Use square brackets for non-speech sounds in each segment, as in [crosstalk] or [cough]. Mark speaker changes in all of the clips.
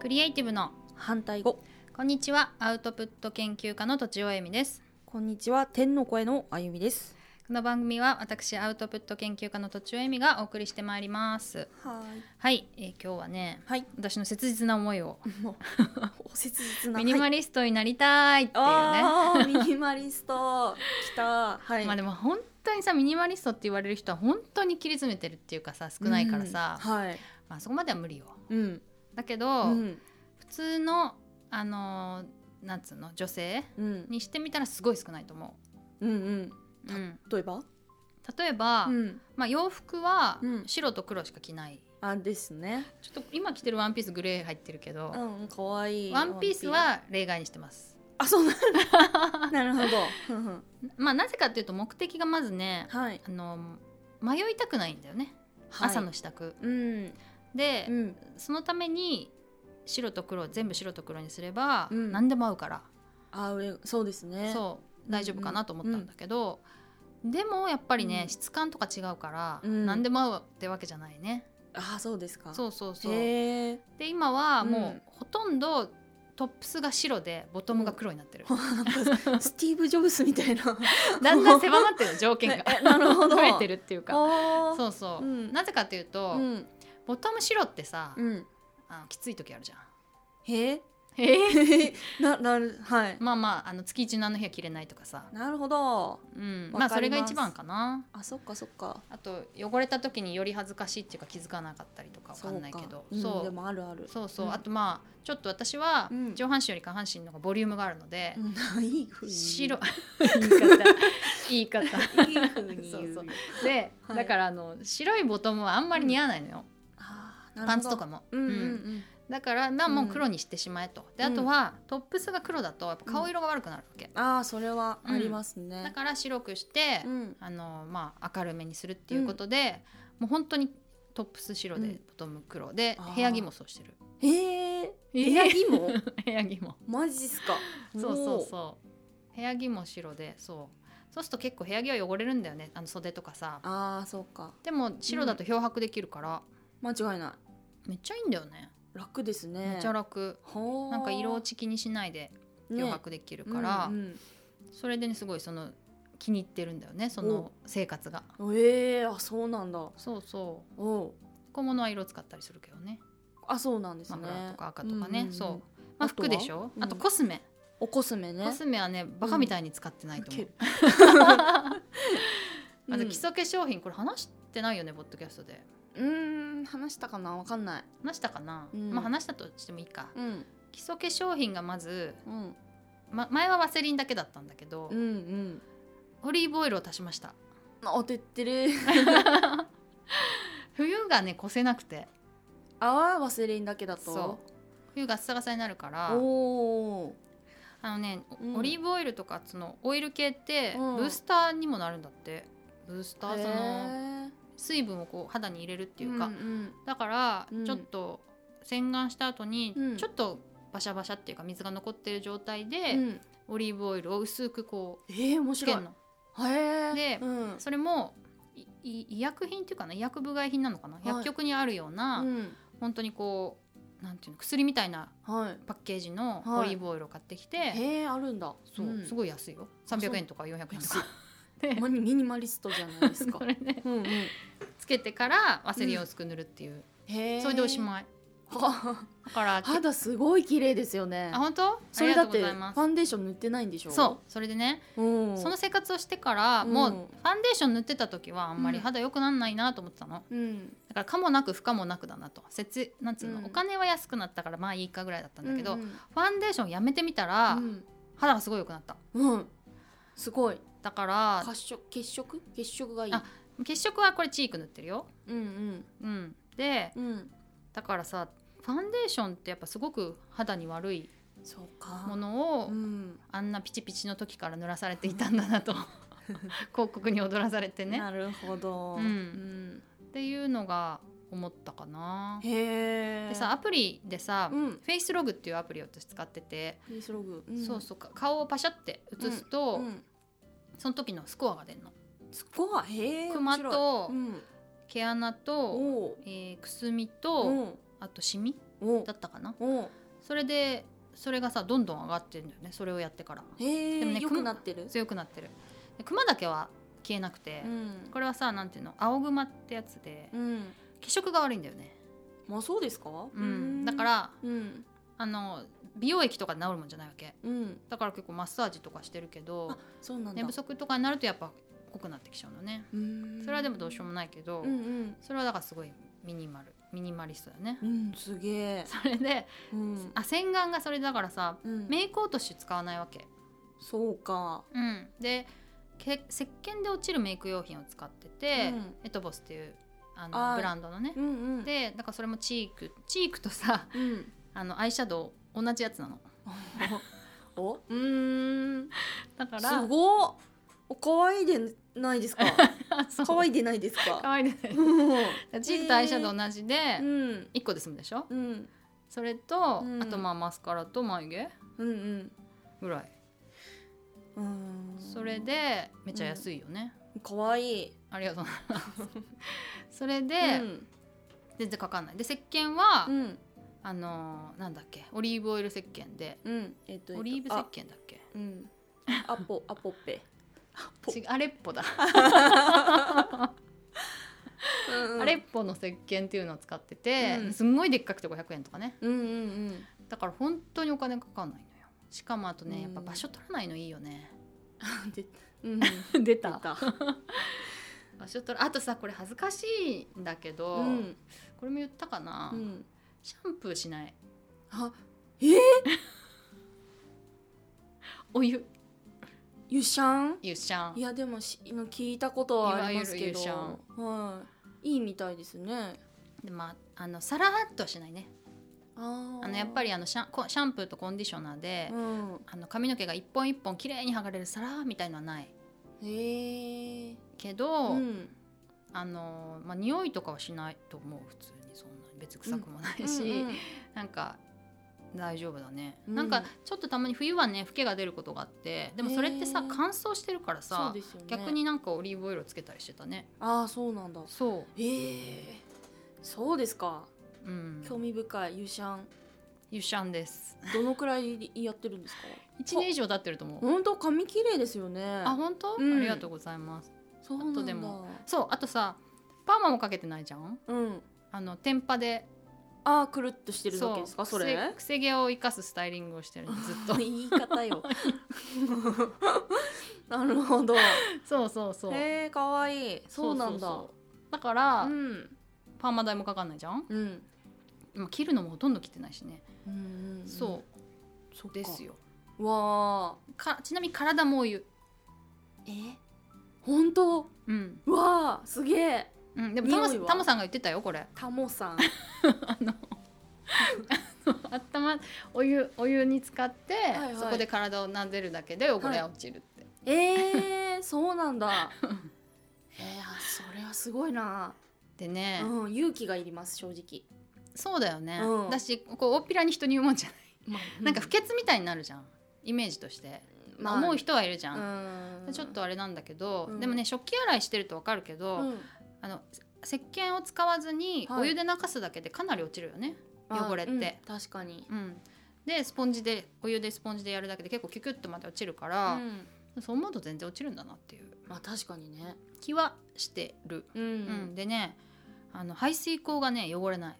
Speaker 1: クリエイティブの
Speaker 2: 反対語
Speaker 1: こんにちはアウトプット研究家のとちおえみです
Speaker 2: こんにちは天の声のあゆみです
Speaker 1: この番組は私アウトプット研究家のとちおえみがお送りしてまいります
Speaker 2: はい
Speaker 1: はい、えー今日はね
Speaker 2: はい
Speaker 1: 私の切実な思いを
Speaker 2: もうお切実な
Speaker 1: ミニマ
Speaker 2: リ
Speaker 1: リストになりたいっていうね、
Speaker 2: あーミニマリストきたはい
Speaker 1: まあでも本当にさミニマリストって言われる人は本当に切り詰めてるっていうかさ少ないからさ、
Speaker 2: うんはい
Speaker 1: まあそこまでは無理よ
Speaker 2: うん
Speaker 1: だけど、
Speaker 2: うん
Speaker 1: 普通のあのーなんつうの女性
Speaker 2: うん
Speaker 1: にしてみたらすごい少ないと思
Speaker 2: うんうん
Speaker 1: う、うん、
Speaker 2: 例えば
Speaker 1: 例えば、
Speaker 2: うん
Speaker 1: まあ、洋服は
Speaker 2: うん
Speaker 1: 白と黒しか着ない、
Speaker 2: あですね
Speaker 1: ちょっと今着てるワンピースグレー入ってるけど、
Speaker 2: うん可愛い
Speaker 1: ワンピースは例外にしてます
Speaker 2: あそうな
Speaker 1: [laughs]
Speaker 2: のなるほどうんうん
Speaker 1: まあなぜかっていうと目的がまずね
Speaker 2: はい
Speaker 1: あの迷いたくないんだよね、
Speaker 2: はい
Speaker 1: 朝の支度
Speaker 2: うん
Speaker 1: で、
Speaker 2: うん
Speaker 1: そのために白と黒全部白と黒にすれば、
Speaker 2: うん
Speaker 1: 何でも合うから、
Speaker 2: あうれそうですね
Speaker 1: そう大丈夫かなと思ったんだけど、でもやっぱりね、
Speaker 2: うん
Speaker 1: 質感とか違うから、
Speaker 2: うん
Speaker 1: 何でも合うってわけじゃないね、
Speaker 2: あそうですか
Speaker 1: そうそうそう
Speaker 2: へえ
Speaker 1: で今は
Speaker 2: う
Speaker 1: も
Speaker 2: ん
Speaker 1: うほとんどトップスが白でボトムが黒になってる、
Speaker 2: スティーブ・ジョブスみたいな
Speaker 1: [laughs] だんだん狭まってる条件が
Speaker 2: えなるほ
Speaker 1: [laughs]
Speaker 2: ど
Speaker 1: 増えてるっていうか
Speaker 2: あー
Speaker 1: そうそう、
Speaker 2: うん
Speaker 1: なぜかというと、
Speaker 2: うん
Speaker 1: ボトム白ってさ、
Speaker 2: うん
Speaker 1: あのきつい時あるじゃん
Speaker 2: へ
Speaker 1: [laughs]
Speaker 2: え
Speaker 1: え
Speaker 2: ななるはい
Speaker 1: まあまああの月一のあの日は着れないとかさ
Speaker 2: なるほど
Speaker 1: うん
Speaker 2: わ
Speaker 1: まあ
Speaker 2: か
Speaker 1: そ
Speaker 2: り
Speaker 1: れ
Speaker 2: ま
Speaker 1: が
Speaker 2: す
Speaker 1: 一番かな
Speaker 2: あそっかそっか
Speaker 1: あと汚れた時により恥ずかしいっていうか気づかなかったりとかわかんないけど
Speaker 2: そうかうん
Speaker 1: そう
Speaker 2: でもあるある
Speaker 1: そうそう、
Speaker 2: うん
Speaker 1: あとまあちょっと私は
Speaker 2: うん
Speaker 1: 上半身より下半身の方がボリュームがあるので、
Speaker 2: うん [laughs] いいふうに
Speaker 1: 白 [laughs] 言い方言い方
Speaker 2: いいふうに言う
Speaker 1: [laughs] そうで、
Speaker 2: はい
Speaker 1: だからあの白いボトムはあんまり似合わないのよ、
Speaker 2: あーなるほど
Speaker 1: パンツとかも、
Speaker 2: うんうん
Speaker 1: う
Speaker 2: うんん
Speaker 1: だからなもう黒にしてしまえと、であとはトップスが黒だとやっぱ顔色が悪くなるわけ、
Speaker 2: ああそれはあります
Speaker 1: だ
Speaker 2: ね
Speaker 1: から白くして、
Speaker 2: うん
Speaker 1: あのまあ、明るめにするっていうことで、もう本当にトップス白で、
Speaker 2: うん
Speaker 1: ボトム黒で
Speaker 2: あー
Speaker 1: 部屋着もそうしてる
Speaker 2: へえ部屋着 [laughs] も
Speaker 1: 部屋着も
Speaker 2: マジっすか
Speaker 1: [laughs] そうそうそう部屋着も白でそうそうすると結構部屋着は汚れるんだよねあの袖とかさ
Speaker 2: おーああそうか
Speaker 1: でも白だと漂白できるから、
Speaker 2: 間違いな
Speaker 1: めっちゃいいんだよね
Speaker 2: い楽ですね
Speaker 1: めっちゃ楽、
Speaker 2: ほー
Speaker 1: なんか色落ち気にしないで
Speaker 2: ね
Speaker 1: 漂白できるから、
Speaker 2: うん
Speaker 1: それでねすごいその気に入ってるんだよねその生活が
Speaker 2: うんええあそうなんだ
Speaker 1: そうそう
Speaker 2: おう
Speaker 1: 小物は色使ったりするけどね
Speaker 2: あそうなんです
Speaker 1: マ
Speaker 2: ね
Speaker 1: フラーとか赤とかね、
Speaker 2: うんうんん
Speaker 1: そうまあ
Speaker 2: あとは
Speaker 1: 服でしょ
Speaker 2: うん
Speaker 1: あとコスメ、
Speaker 2: おコスメね
Speaker 1: コスメはねバカみたいに使ってないと [laughs] 思う、
Speaker 2: うん
Speaker 1: あと基礎化粧品これ話してないよねポッドキャストで
Speaker 2: うーん話したかなわかんない
Speaker 1: 話したかな、
Speaker 2: うん
Speaker 1: まあ話したとしてもいいか、
Speaker 2: うん
Speaker 1: 基礎化粧品がまず、
Speaker 2: うん
Speaker 1: ま、前はワセリンだけだったんだけど、
Speaker 2: うんうん
Speaker 1: オリーブオイルを足しました
Speaker 2: あ当ててる
Speaker 1: 冬がね越せなくて
Speaker 2: 泡ワセリンだけだと
Speaker 1: そう冬がッサガサになるから
Speaker 2: おお
Speaker 1: あのね、お
Speaker 2: うん
Speaker 1: オリーブオイルとかそのオイル系ってブ
Speaker 2: うん
Speaker 1: ースターにもなるんだって、ブースターその
Speaker 2: へー
Speaker 1: 水分をこう肌に入れるっていうか、
Speaker 2: うんうん
Speaker 1: だから
Speaker 2: うん
Speaker 1: ちょっと洗顔した後に
Speaker 2: うん
Speaker 1: ちょっとバシャバシャっていうか水が残ってる状態で、
Speaker 2: うん
Speaker 1: オリーブオイルを薄くこ
Speaker 2: えー面
Speaker 1: うつ
Speaker 2: 白
Speaker 1: け
Speaker 2: い
Speaker 1: るの
Speaker 2: へえ
Speaker 1: で
Speaker 2: うん
Speaker 1: それもいい医薬品っていうかな医薬部外品なのかな、
Speaker 2: い
Speaker 1: 薬局にあるような、
Speaker 2: うん
Speaker 1: 本当にこうなんていうの薬みたいな
Speaker 2: はい
Speaker 1: パッケージの
Speaker 2: はい
Speaker 1: オリーブオイルを買ってきて、
Speaker 2: へえあるんだ
Speaker 1: そう、
Speaker 2: ん
Speaker 1: すごい安いよ300円とか400円とか
Speaker 2: 安い
Speaker 1: [laughs] で
Speaker 2: ほんまにミニマリストじゃないで
Speaker 1: [laughs]
Speaker 2: すか
Speaker 1: それで
Speaker 2: うんうんへ
Speaker 1: つけてからワセリンを薄く塗るっていう、
Speaker 2: え
Speaker 1: それでおしまい
Speaker 2: は
Speaker 1: だからけ
Speaker 2: 肌すごい綺麗ですよね
Speaker 1: あ本当
Speaker 2: それだっ
Speaker 1: あり
Speaker 2: て
Speaker 1: が
Speaker 2: フ
Speaker 1: とうございます
Speaker 2: ァンデーション塗ってないんでしょ
Speaker 1: そうそれでね、
Speaker 2: う、うん、
Speaker 1: その生活をしてから、
Speaker 2: うん
Speaker 1: もうファンデーション塗ってた時はあんまり
Speaker 2: うん
Speaker 1: 肌良くなんないなと思ってたの、
Speaker 2: うん
Speaker 1: だから可もなく不可もなくだなと節なんつうの、
Speaker 2: うん
Speaker 1: お金は安くなったからまあいいかぐらいだったんだけど、
Speaker 2: うん
Speaker 1: フ
Speaker 2: うん
Speaker 1: ァンデーションやめてみたら、
Speaker 2: うん
Speaker 1: 肌がすごい良くなった
Speaker 2: うん、すごい
Speaker 1: だから
Speaker 2: 褐色血色血色がいい
Speaker 1: あ血色はこれチーク塗ってるよ
Speaker 2: うん
Speaker 1: うんで
Speaker 2: うんうん
Speaker 1: だからさファンデーションってやっぱすごく肌に悪い
Speaker 2: そうか
Speaker 1: ものを、
Speaker 2: うん、
Speaker 1: あんなピチピチの時から塗らされていたんだな
Speaker 2: [laughs]
Speaker 1: と広告に踊らされてね
Speaker 2: なるほど、
Speaker 1: うんっていうのが思ったかな
Speaker 2: うん、。へえ
Speaker 1: でさアプリでさ、
Speaker 2: うん
Speaker 1: フェイスログっていうアプリを私使ってて、
Speaker 2: フェイスログ、うん、
Speaker 1: そうそうか顔をパシャって写すと、
Speaker 2: うん、
Speaker 1: その時のスコアが出るの。
Speaker 2: スコアへえ
Speaker 1: クマ
Speaker 2: 面白い
Speaker 1: と
Speaker 2: うん、
Speaker 1: 毛穴と、
Speaker 2: おう
Speaker 1: えーくすみ
Speaker 2: う
Speaker 1: と
Speaker 2: ん
Speaker 1: あとシミ
Speaker 2: お
Speaker 1: だったかな
Speaker 2: お
Speaker 1: それでそれがさどんどん上がってんだよねそれをやってから
Speaker 2: へえ、
Speaker 1: でもね
Speaker 2: よくなってる
Speaker 1: 強くなってるで熊だけは消えなくて
Speaker 2: う、ん
Speaker 1: これはさなんていうの青熊ってやつで
Speaker 2: うん
Speaker 1: 気色が悪いんだよね、
Speaker 2: まあそうですか
Speaker 1: うんだから
Speaker 2: うん
Speaker 1: あの美容液とかで治るもんじゃないわけ
Speaker 2: うん
Speaker 1: だから結構マッサージとかしてるけど
Speaker 2: あそうなんだ
Speaker 1: 寝不足とかになるとやっぱ濃くなってきちゃうのね
Speaker 2: うん
Speaker 1: それはでもどうしようもないけど、
Speaker 2: うんうん
Speaker 1: それはだからすごいミニマルミニマリストだね、
Speaker 2: うんすげえ
Speaker 1: [laughs] それで
Speaker 2: うん
Speaker 1: あ洗顔がそれだからさ
Speaker 2: うん
Speaker 1: メイク落とし使わないわけ、
Speaker 2: そうか
Speaker 1: うん、でけ石鹸で落ちるメイク用品を使ってて、
Speaker 2: うん
Speaker 1: エトボスっていうあ
Speaker 2: あ
Speaker 1: の
Speaker 2: ー
Speaker 1: ブランドのね
Speaker 2: うんうん
Speaker 1: でだからそれもチークチークとさ [laughs]
Speaker 2: うん
Speaker 1: あのアイシャドウ同じやつなの
Speaker 2: おうーん
Speaker 1: だから
Speaker 2: す
Speaker 1: [laughs]
Speaker 2: ごっお可愛いでないですか可
Speaker 1: い
Speaker 2: 愛いでないです
Speaker 1: いか
Speaker 2: か
Speaker 1: わいいね
Speaker 2: う
Speaker 1: [laughs]
Speaker 2: ん
Speaker 1: チークとアイシャドウ同じで
Speaker 2: うん
Speaker 1: 1個で済むでしょ
Speaker 2: うん
Speaker 1: それと、
Speaker 2: うん
Speaker 1: あとまあマスカラと眉毛
Speaker 2: うん
Speaker 1: ぐらい
Speaker 2: うんうん
Speaker 1: それでめっちゃ安いよね、
Speaker 2: 可愛い
Speaker 1: ありがとうございます
Speaker 2: [laughs]
Speaker 1: それで、
Speaker 2: うん
Speaker 1: 全然かかんないで石鹸は、
Speaker 2: うん
Speaker 1: あのーなんだっけオリーブオイル石鹸で
Speaker 2: うんえっとえっと
Speaker 1: オリーブ
Speaker 2: あ
Speaker 1: 石鹸だっけ
Speaker 2: うんアポアポ
Speaker 1: [laughs]
Speaker 2: ペポ
Speaker 1: 違うアレッポだ、ア
Speaker 2: あ
Speaker 1: レッポの石鹸っていうのを使ってて、
Speaker 2: うん
Speaker 1: すんごいでっかくて500円とかね
Speaker 2: うんうんうん
Speaker 1: だから本当にお金かかんないのよしかもあとね、
Speaker 2: うん
Speaker 1: やっぱ場所取らないのいいよね
Speaker 2: でうん [laughs] 出
Speaker 1: 出
Speaker 2: た
Speaker 1: [laughs] 場所取らあとさこれ恥ずかしいんだけど、
Speaker 2: うん
Speaker 1: これも言ったかな、
Speaker 2: うん
Speaker 1: シャンプーしない
Speaker 2: あ
Speaker 1: [laughs] お湯
Speaker 2: ゆシャン
Speaker 1: 湯シャ
Speaker 2: い
Speaker 1: ン
Speaker 2: やでもし今聞いたことはありますけど
Speaker 1: いわゆるゆシャ
Speaker 2: はいいいみたいですね
Speaker 1: でまああのさらっとはしないね
Speaker 2: あ
Speaker 1: あのやっぱ
Speaker 2: り
Speaker 1: りあのシャンこシャンプーとコンディショナーで、
Speaker 2: うん
Speaker 1: あの髪の毛が一本一本綺麗に剥がれるサラーみたいのはない
Speaker 2: へえ
Speaker 1: けど、
Speaker 2: うん
Speaker 1: あのまあ匂いとかはしないと思う普通にそんなに別に臭くもないし、
Speaker 2: うんうん
Speaker 1: なんか大丈夫だね、
Speaker 2: うん
Speaker 1: なんかちょっとたまに冬はねフケが出ることがあってでもそれってさ
Speaker 2: へー
Speaker 1: 乾燥してるから
Speaker 2: そう
Speaker 1: さ、
Speaker 2: ですよね
Speaker 1: 逆になんかオリーブオイルをつけたりしてたね
Speaker 2: ああそうなんだ
Speaker 1: そ
Speaker 2: へえそうですか
Speaker 1: う、うん、
Speaker 2: 興味深いゆシャン
Speaker 1: ゆしゃんです
Speaker 2: どのくらいやってるんですか
Speaker 1: 1年以上経ってると思う
Speaker 2: 本当髪綺麗ですよね
Speaker 1: あ本当、
Speaker 2: うん
Speaker 1: ありがとうございます
Speaker 2: そうなんだ
Speaker 1: あとでもそうあとさパーマもかけてないじゃん
Speaker 2: うん
Speaker 1: あの天パで
Speaker 2: ああくるっとしてるだけですかそれ
Speaker 1: 癖癖毛を生かすスタイリングをして
Speaker 2: [laughs]
Speaker 1: るのずっと
Speaker 2: 言い方よ [laughs] なるほど
Speaker 1: そうそうそう
Speaker 2: へえ可愛いそうなんだ
Speaker 1: そうだから、
Speaker 2: うん
Speaker 1: パーマ代もかかんないじゃん
Speaker 2: うん
Speaker 1: 今切るのもほとんど切ってないしね、
Speaker 2: うん
Speaker 1: そ
Speaker 2: そう
Speaker 1: うですよ
Speaker 2: よわあ
Speaker 1: かちなみに体もお湯
Speaker 2: え本当
Speaker 1: うん、
Speaker 2: うわあすげえ
Speaker 1: うん、でもタモ
Speaker 2: 匂いは
Speaker 1: タモさんが言ってたよこれ
Speaker 2: タモさ
Speaker 1: [laughs]
Speaker 2: ん
Speaker 1: 頭お湯お湯に使って、
Speaker 2: いはい
Speaker 1: そこで体をなでるだけで汚れは落ちるって、
Speaker 2: えー、そうなん
Speaker 1: [laughs]
Speaker 2: だえー、あそれはすごいな、
Speaker 1: でね、
Speaker 2: うん、勇気がいります正直、
Speaker 1: そうだよね、
Speaker 2: うん
Speaker 1: だしこう大っぴらに人に言うもんじゃない、
Speaker 2: まあ
Speaker 1: なんか不潔みたいになるじゃんイメージとして、まあ、思う人はいるじゃん、
Speaker 2: うん
Speaker 1: でちょっとあれなんだけど、
Speaker 2: うん
Speaker 1: でもね食器洗いしてるとわかるけど、
Speaker 2: うん
Speaker 1: あの石鹸を使わずに
Speaker 2: はい
Speaker 1: お湯で流すだけでかなり落ちるよね、汚れって
Speaker 2: うん確かに、
Speaker 1: うん、でスポンジでお湯でスポンジでやるだけで結構キュキュッとまで落ちるか
Speaker 2: う
Speaker 1: ら、
Speaker 2: ん、
Speaker 1: そう思うと全然落ちるんだなっていう
Speaker 2: まあ確かにね
Speaker 1: 気はしてる、
Speaker 2: うん、
Speaker 1: うん、でねあの排水口がね汚れない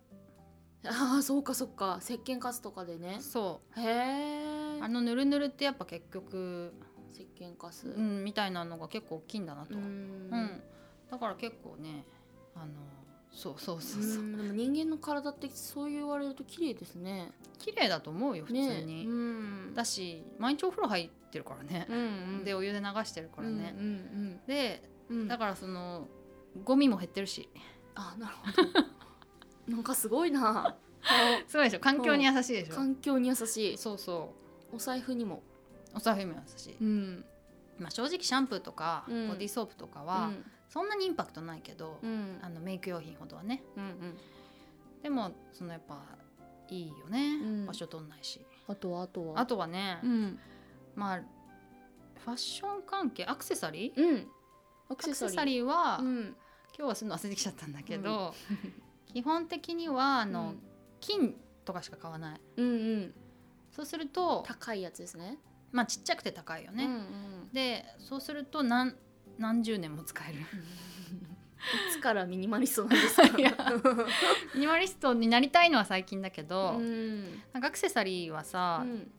Speaker 2: ああそうかそうか石鹸カスとかでね
Speaker 1: そ
Speaker 2: へえ
Speaker 1: うあのぬるぬるってやっぱ結局、
Speaker 2: 石鹸カス
Speaker 1: う、ん、みたいなのが結構大きいんだなと、
Speaker 2: う
Speaker 1: うん
Speaker 2: ん
Speaker 1: だから結構ねあのそうそうそう
Speaker 2: う
Speaker 1: そう、
Speaker 2: んでも人間の体ってそう言われると綺麗ですね
Speaker 1: 綺麗だと思うよ普通
Speaker 2: ね
Speaker 1: に、
Speaker 2: うん、
Speaker 1: だし毎日お風呂入ってるからね
Speaker 2: う、んうん、
Speaker 1: でお湯で流してるからね、
Speaker 2: うんうん
Speaker 1: で
Speaker 2: うんうん、
Speaker 1: だからそのゴミも減ってる
Speaker 2: [laughs]
Speaker 1: し
Speaker 2: あなるほど [laughs] なんかすごいな
Speaker 1: すごいでしょ環境に優しいでしょ
Speaker 2: 環境に優しい
Speaker 1: そうそ
Speaker 2: お財布にも
Speaker 1: うお財布にも優しい、
Speaker 2: うん
Speaker 1: まあ、正直シャンプーとか、
Speaker 2: うん
Speaker 1: ボディーソープとかは、そんなにインパクトないけど、
Speaker 2: うんうん
Speaker 1: あのメイク用品ほどはね
Speaker 2: うんうん
Speaker 1: でもそのやっぱいいよね、
Speaker 2: うん
Speaker 1: 場所取んないし
Speaker 2: あとはあとは
Speaker 1: あとはね、
Speaker 2: うん
Speaker 1: まあファッション関係アクセサリー
Speaker 2: うんア
Speaker 1: ア
Speaker 2: ク
Speaker 1: ク
Speaker 2: セサ
Speaker 1: セ
Speaker 2: リー
Speaker 1: サリーは、
Speaker 2: うん
Speaker 1: 今日はするの忘れてきちゃったんだけど、基本的にはあの、金とかしか買わない
Speaker 2: うんうん
Speaker 1: そうすると
Speaker 2: 高いやつですね
Speaker 1: まあちっちゃくて高いよね、
Speaker 2: うんうん、
Speaker 1: でそうすると何何十年も使
Speaker 2: [laughs]
Speaker 1: える
Speaker 2: いつからミニマリストなんですか [laughs]
Speaker 1: いやミニマリストになりたいのは最近だけど、
Speaker 2: うん
Speaker 1: なんかアクセサリーはさ
Speaker 2: う、ん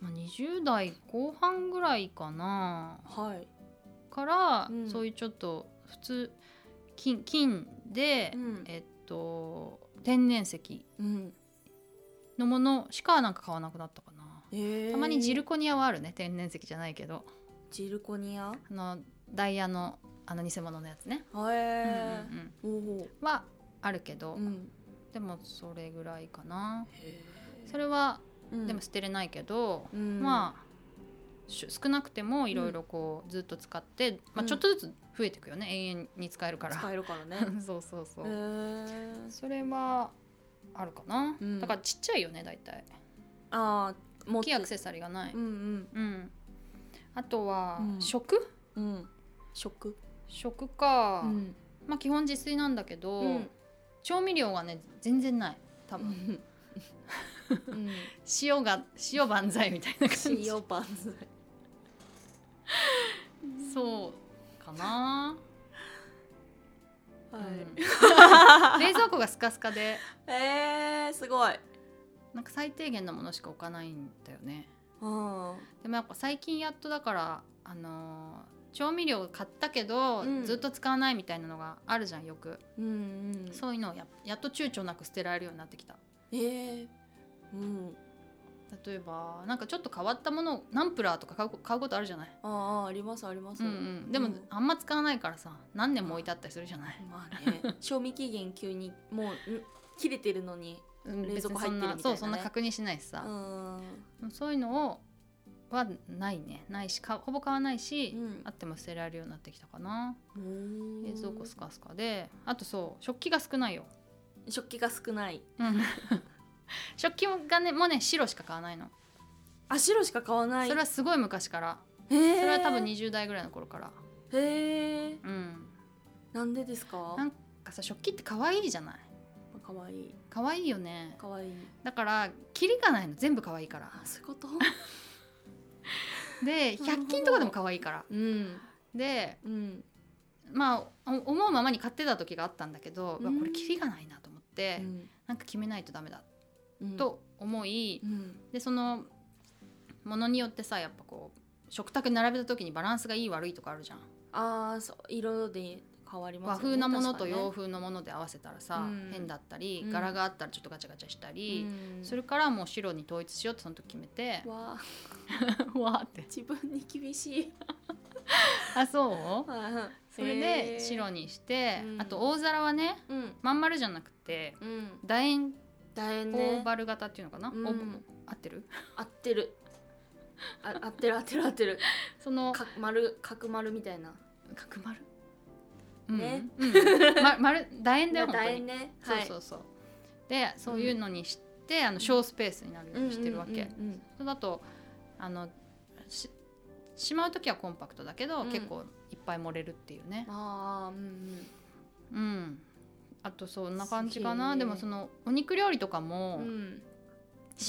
Speaker 1: まあ20代後半ぐらいかな
Speaker 2: はい
Speaker 1: から、
Speaker 2: うん
Speaker 1: そういうちょっと普通金金で、
Speaker 2: うん
Speaker 1: えっと天然石
Speaker 2: うん
Speaker 1: のものしかなんか買わなくなったかな、
Speaker 2: えー
Speaker 1: たまにジルコニアはあるね天然石じゃないけど
Speaker 2: ジルコニア
Speaker 1: あのダイヤのあの偽物のやつね、
Speaker 2: へ
Speaker 1: うんうん
Speaker 2: ーおお
Speaker 1: うんはあるけど、
Speaker 2: うん
Speaker 1: でもそれぐらいかな
Speaker 2: へー
Speaker 1: それは
Speaker 2: うん
Speaker 1: でも捨てれないけど、
Speaker 2: うん
Speaker 1: まあし少なくてもいろいろこうずっと使って、まあ、ちょっとずつ増えていくよね永遠に使えるから
Speaker 2: [laughs] 使えるからね
Speaker 1: [laughs] そうそうそう、
Speaker 2: へー
Speaker 1: それはあるかな、
Speaker 2: うん
Speaker 1: だからちっちゃいよね大体
Speaker 2: ああも
Speaker 1: 大きいアクセサリーがない、
Speaker 2: うんうん
Speaker 1: うんあとは、
Speaker 2: うん
Speaker 1: 食
Speaker 2: うん食
Speaker 1: 食か、
Speaker 2: うん
Speaker 1: まあ基本自炊なんだけど、
Speaker 2: うん
Speaker 1: 調味料がね全然ない多
Speaker 2: う
Speaker 1: 分、
Speaker 2: ん
Speaker 1: [laughs]
Speaker 2: うん
Speaker 1: 塩が塩万歳みたいな感じ
Speaker 2: 塩パンズ
Speaker 1: そうかな、
Speaker 2: は
Speaker 1: うん
Speaker 2: [laughs]
Speaker 1: 冷蔵庫がスカスカで
Speaker 2: いえーすごい
Speaker 1: なんか最低限のものしか置かないんだよね
Speaker 2: うん
Speaker 1: でもやっぱ最近やっとだからあのー調味料買ったけど、
Speaker 2: うん
Speaker 1: ずっと使わないみたいなのがあるじゃんよく、
Speaker 2: うんうん
Speaker 1: そういうのをややっと躊躇なく捨てられるようになってきた
Speaker 2: ええうん
Speaker 1: 例えばなんかちょっと変わったものをナンプラーとか買う買うことあるじゃない、
Speaker 2: ああありますあります、
Speaker 1: うんうん、でも、
Speaker 2: うん
Speaker 1: あんま使わないからさ何年も置いてあったりするじゃない、
Speaker 2: まあ
Speaker 1: [laughs]
Speaker 2: ね賞味期限急にもううん切れてるのに
Speaker 1: うん
Speaker 2: 冷
Speaker 1: 別
Speaker 2: 蔵庫
Speaker 1: にそん
Speaker 2: 入ってるみたいなね
Speaker 1: そうそんな確認しないし
Speaker 2: う
Speaker 1: さ、
Speaker 2: ん
Speaker 1: そういうのをはないねないしかほぼ買わないし、
Speaker 2: うん
Speaker 1: あっても捨てられるようになってきたかな冷
Speaker 2: 冷
Speaker 1: 蔵庫スカスカであとそう食器が少ないよ、
Speaker 2: 食器が少ない
Speaker 1: うん、 [laughs] 食器がねもうね白しか買わないの、
Speaker 2: あ白しか買わない
Speaker 1: それはすごい昔から
Speaker 2: へー
Speaker 1: それは多分20代ぐらいの頃から
Speaker 2: へえ
Speaker 1: うん
Speaker 2: なんでですか
Speaker 1: なんなんかさ食器って可愛いじゃない
Speaker 2: かわいい
Speaker 1: 可愛いよね
Speaker 2: かわいい
Speaker 1: だからキリがないの全部可愛いから
Speaker 2: あそういうこと
Speaker 1: [laughs]
Speaker 2: [laughs]
Speaker 1: で
Speaker 2: なるほど
Speaker 1: 100均とかでも可愛いから
Speaker 2: うん
Speaker 1: で
Speaker 2: うん
Speaker 1: まあお思うままに買ってた時があったんだけど、うわ
Speaker 2: うん
Speaker 1: これキリがないなと思って、
Speaker 2: うん
Speaker 1: なんか決めないとダメだ
Speaker 2: うん
Speaker 1: と思い、
Speaker 2: うん
Speaker 1: でそのものによってさやっぱこう食卓に並べた時にバランスがいい悪いとかあるじゃん、
Speaker 2: ああそう色で変わります
Speaker 1: 和風
Speaker 2: よね
Speaker 1: なものと
Speaker 2: 確かにね
Speaker 1: 洋風のもので合わせたらさ、
Speaker 2: うん
Speaker 1: 変だったり、
Speaker 2: うん
Speaker 1: 柄があったらちょっとガチャガチャしたり、
Speaker 2: うん
Speaker 1: それからもう白に統一しようってその時決め
Speaker 2: [laughs]
Speaker 1: て
Speaker 2: わあ
Speaker 1: わーって
Speaker 2: 自分に厳しい
Speaker 1: あそう
Speaker 2: あー
Speaker 1: [laughs] それ
Speaker 2: へ
Speaker 1: で
Speaker 2: ー
Speaker 1: 白にして、
Speaker 2: うん
Speaker 1: あと大皿はね
Speaker 2: うん
Speaker 1: まん丸じゃなくて
Speaker 2: うん
Speaker 1: 楕円
Speaker 2: だえ
Speaker 1: オー
Speaker 2: ね
Speaker 1: バル型っていうのかな、
Speaker 2: うん
Speaker 1: オーバ合ってる
Speaker 2: 合ってるあ合ってる合ってる合ってる
Speaker 1: その
Speaker 2: か丸角丸みたいな
Speaker 1: 角丸うん、
Speaker 2: ね
Speaker 1: うん、ま丸楕
Speaker 2: [laughs]
Speaker 1: 円だよ本
Speaker 2: だ
Speaker 1: 当
Speaker 2: え
Speaker 1: に、
Speaker 2: ね
Speaker 1: そうそうそうでそういうのにして、あの小スペースになるようにしてるわけ、
Speaker 2: うんうん
Speaker 1: それだとあのししまう時はコンパクトだけど、
Speaker 2: うん
Speaker 1: 結構いっぱい盛れるっていうね
Speaker 2: うんああうんう
Speaker 1: う
Speaker 2: ん
Speaker 1: んあとそんな感じか
Speaker 2: すげ
Speaker 1: な
Speaker 2: え
Speaker 1: でもそのお肉料理とかも、
Speaker 2: うん、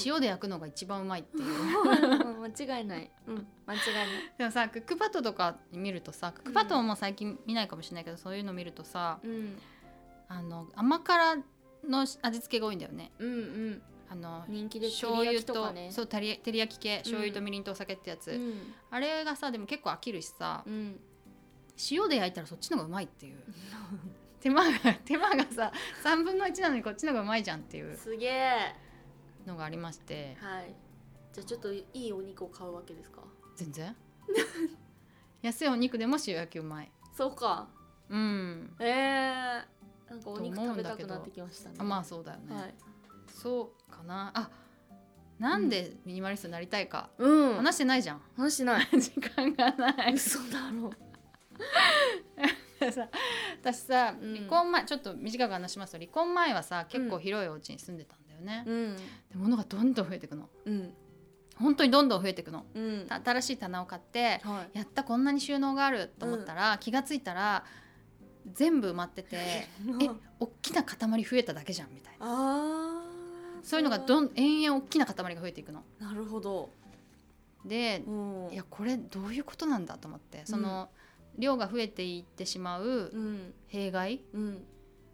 Speaker 1: 塩で焼くのが一番うまいっていう
Speaker 2: [laughs] 間違いない、うん、間違いない
Speaker 1: でもさクックパッドとか見るとさクックパッドももう最近見ないかもしれないけど、そういうの見るとさ、
Speaker 2: うん
Speaker 1: あの甘辛の味付けが多いんだよね
Speaker 2: うんうん
Speaker 1: あの
Speaker 2: 人気で照
Speaker 1: 醤
Speaker 2: り
Speaker 1: 油
Speaker 2: 焼き
Speaker 1: と
Speaker 2: とかね
Speaker 1: そう照り照り焼き系醤油とみりんとお酒ってやつ、
Speaker 2: ん
Speaker 1: あれがさでも結構飽きるしさ
Speaker 2: うん
Speaker 1: 塩で焼いたらそっちの方がうまいっていう [laughs] 手間が手間がさ3分の1なのにこっちの方がうまいじゃんっていう
Speaker 2: すげえ
Speaker 1: のがありまして
Speaker 2: はいじゃあちょっといいお肉を買うわけですか
Speaker 1: 全
Speaker 2: [laughs]
Speaker 1: 然安いお肉でも塩焼きうまい
Speaker 2: そうか
Speaker 1: うん
Speaker 2: ええなんかお肉
Speaker 1: と思う
Speaker 2: 食
Speaker 1: ん
Speaker 2: べ
Speaker 1: だ
Speaker 2: た
Speaker 1: け
Speaker 2: く
Speaker 1: ど
Speaker 2: なってきましたね
Speaker 1: あまあそうだよね、
Speaker 2: はい
Speaker 1: そうかなあなんでミニマリストになりたいか、
Speaker 2: うん
Speaker 1: 話してないじゃん [laughs]
Speaker 2: 話しない
Speaker 1: 時間がない
Speaker 2: [laughs] 嘘だろ
Speaker 1: さ私さ、
Speaker 2: うん
Speaker 1: 離婚前ちょっと短く話しますと離婚前はさ結構広いお家に住んでたんだよね、
Speaker 2: うん
Speaker 1: で物がどんどん増えていくの
Speaker 2: うん
Speaker 1: 本当にどんどん増えていくの
Speaker 2: うん
Speaker 1: た新しい棚を買って
Speaker 2: はい
Speaker 1: やったこんなに収納があると思ったら、気がついたら
Speaker 2: [laughs]
Speaker 1: 全部埋まっててえ大きな塊増えただけじゃんみたいな
Speaker 2: あ
Speaker 1: そういうのがどん延々大きな塊が増えていくの。
Speaker 2: なるほど、
Speaker 1: で
Speaker 2: うん、
Speaker 1: いやこれどういうことなんだと思ってその、量が増えていってしまう
Speaker 2: うん
Speaker 1: 弊害
Speaker 2: うん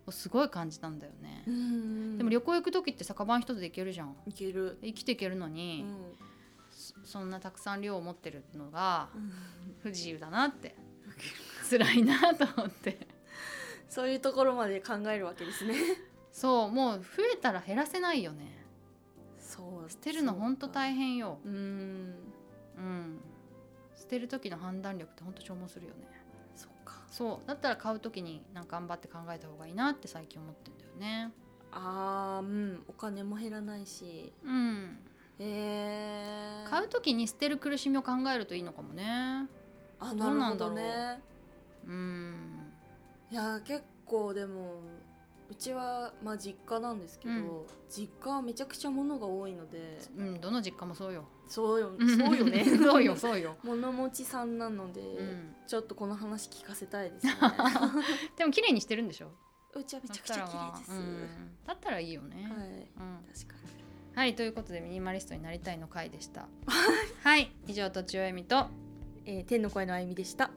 Speaker 1: をすごい感じたんだよね
Speaker 2: う。ん
Speaker 1: でも旅行行く時ってさカバン一つで行けるじゃん
Speaker 2: いける、
Speaker 1: 生きていけるの
Speaker 2: う
Speaker 1: に、
Speaker 2: ん、
Speaker 1: そそんなたくさん量を持ってるのが不自由だなって辛いなと思って
Speaker 2: そういうところまで考えるわけですね
Speaker 1: そうもう増えたら減らせないよね
Speaker 2: そう
Speaker 1: 捨てるのほんと大変よ
Speaker 2: 変うん
Speaker 1: うん捨てる時の判断力ってほんと消耗するよね
Speaker 2: そうか
Speaker 1: そうだったら買う時になんか頑張って考えた方がいいなって最近思ってんだよね
Speaker 2: あーうんお金も減らないし
Speaker 1: うん
Speaker 2: えー、
Speaker 1: 買う時に捨てる苦しみを考えるといいのかもねど
Speaker 2: あな
Speaker 1: う
Speaker 2: る
Speaker 1: な
Speaker 2: ほ
Speaker 1: んだ
Speaker 2: ど
Speaker 1: ろう
Speaker 2: ね
Speaker 1: うん
Speaker 2: いやー結構でもうちはまあ実家なんですけど、
Speaker 1: うん
Speaker 2: 実家はめちゃくちゃ物が多いので
Speaker 1: うんどの実家もそうよ
Speaker 2: そうよ [laughs] そうよね
Speaker 1: [laughs] そうよそうよ
Speaker 2: 物持ちさんなので、
Speaker 1: うん
Speaker 2: ちょっとこの話聞かせたい
Speaker 1: [laughs]
Speaker 2: ですね
Speaker 1: でも綺麗にしてるんでしょ
Speaker 2: うちはめちゃくちゃ綺麗です、
Speaker 1: だったらはうんだったらいいよね、
Speaker 2: は
Speaker 1: はい
Speaker 2: い
Speaker 1: うん、
Speaker 2: 確か
Speaker 1: はいということでミニマリストになりたいの回でしたはい以上とちおえみと
Speaker 2: に、えー天の声のあゆみでした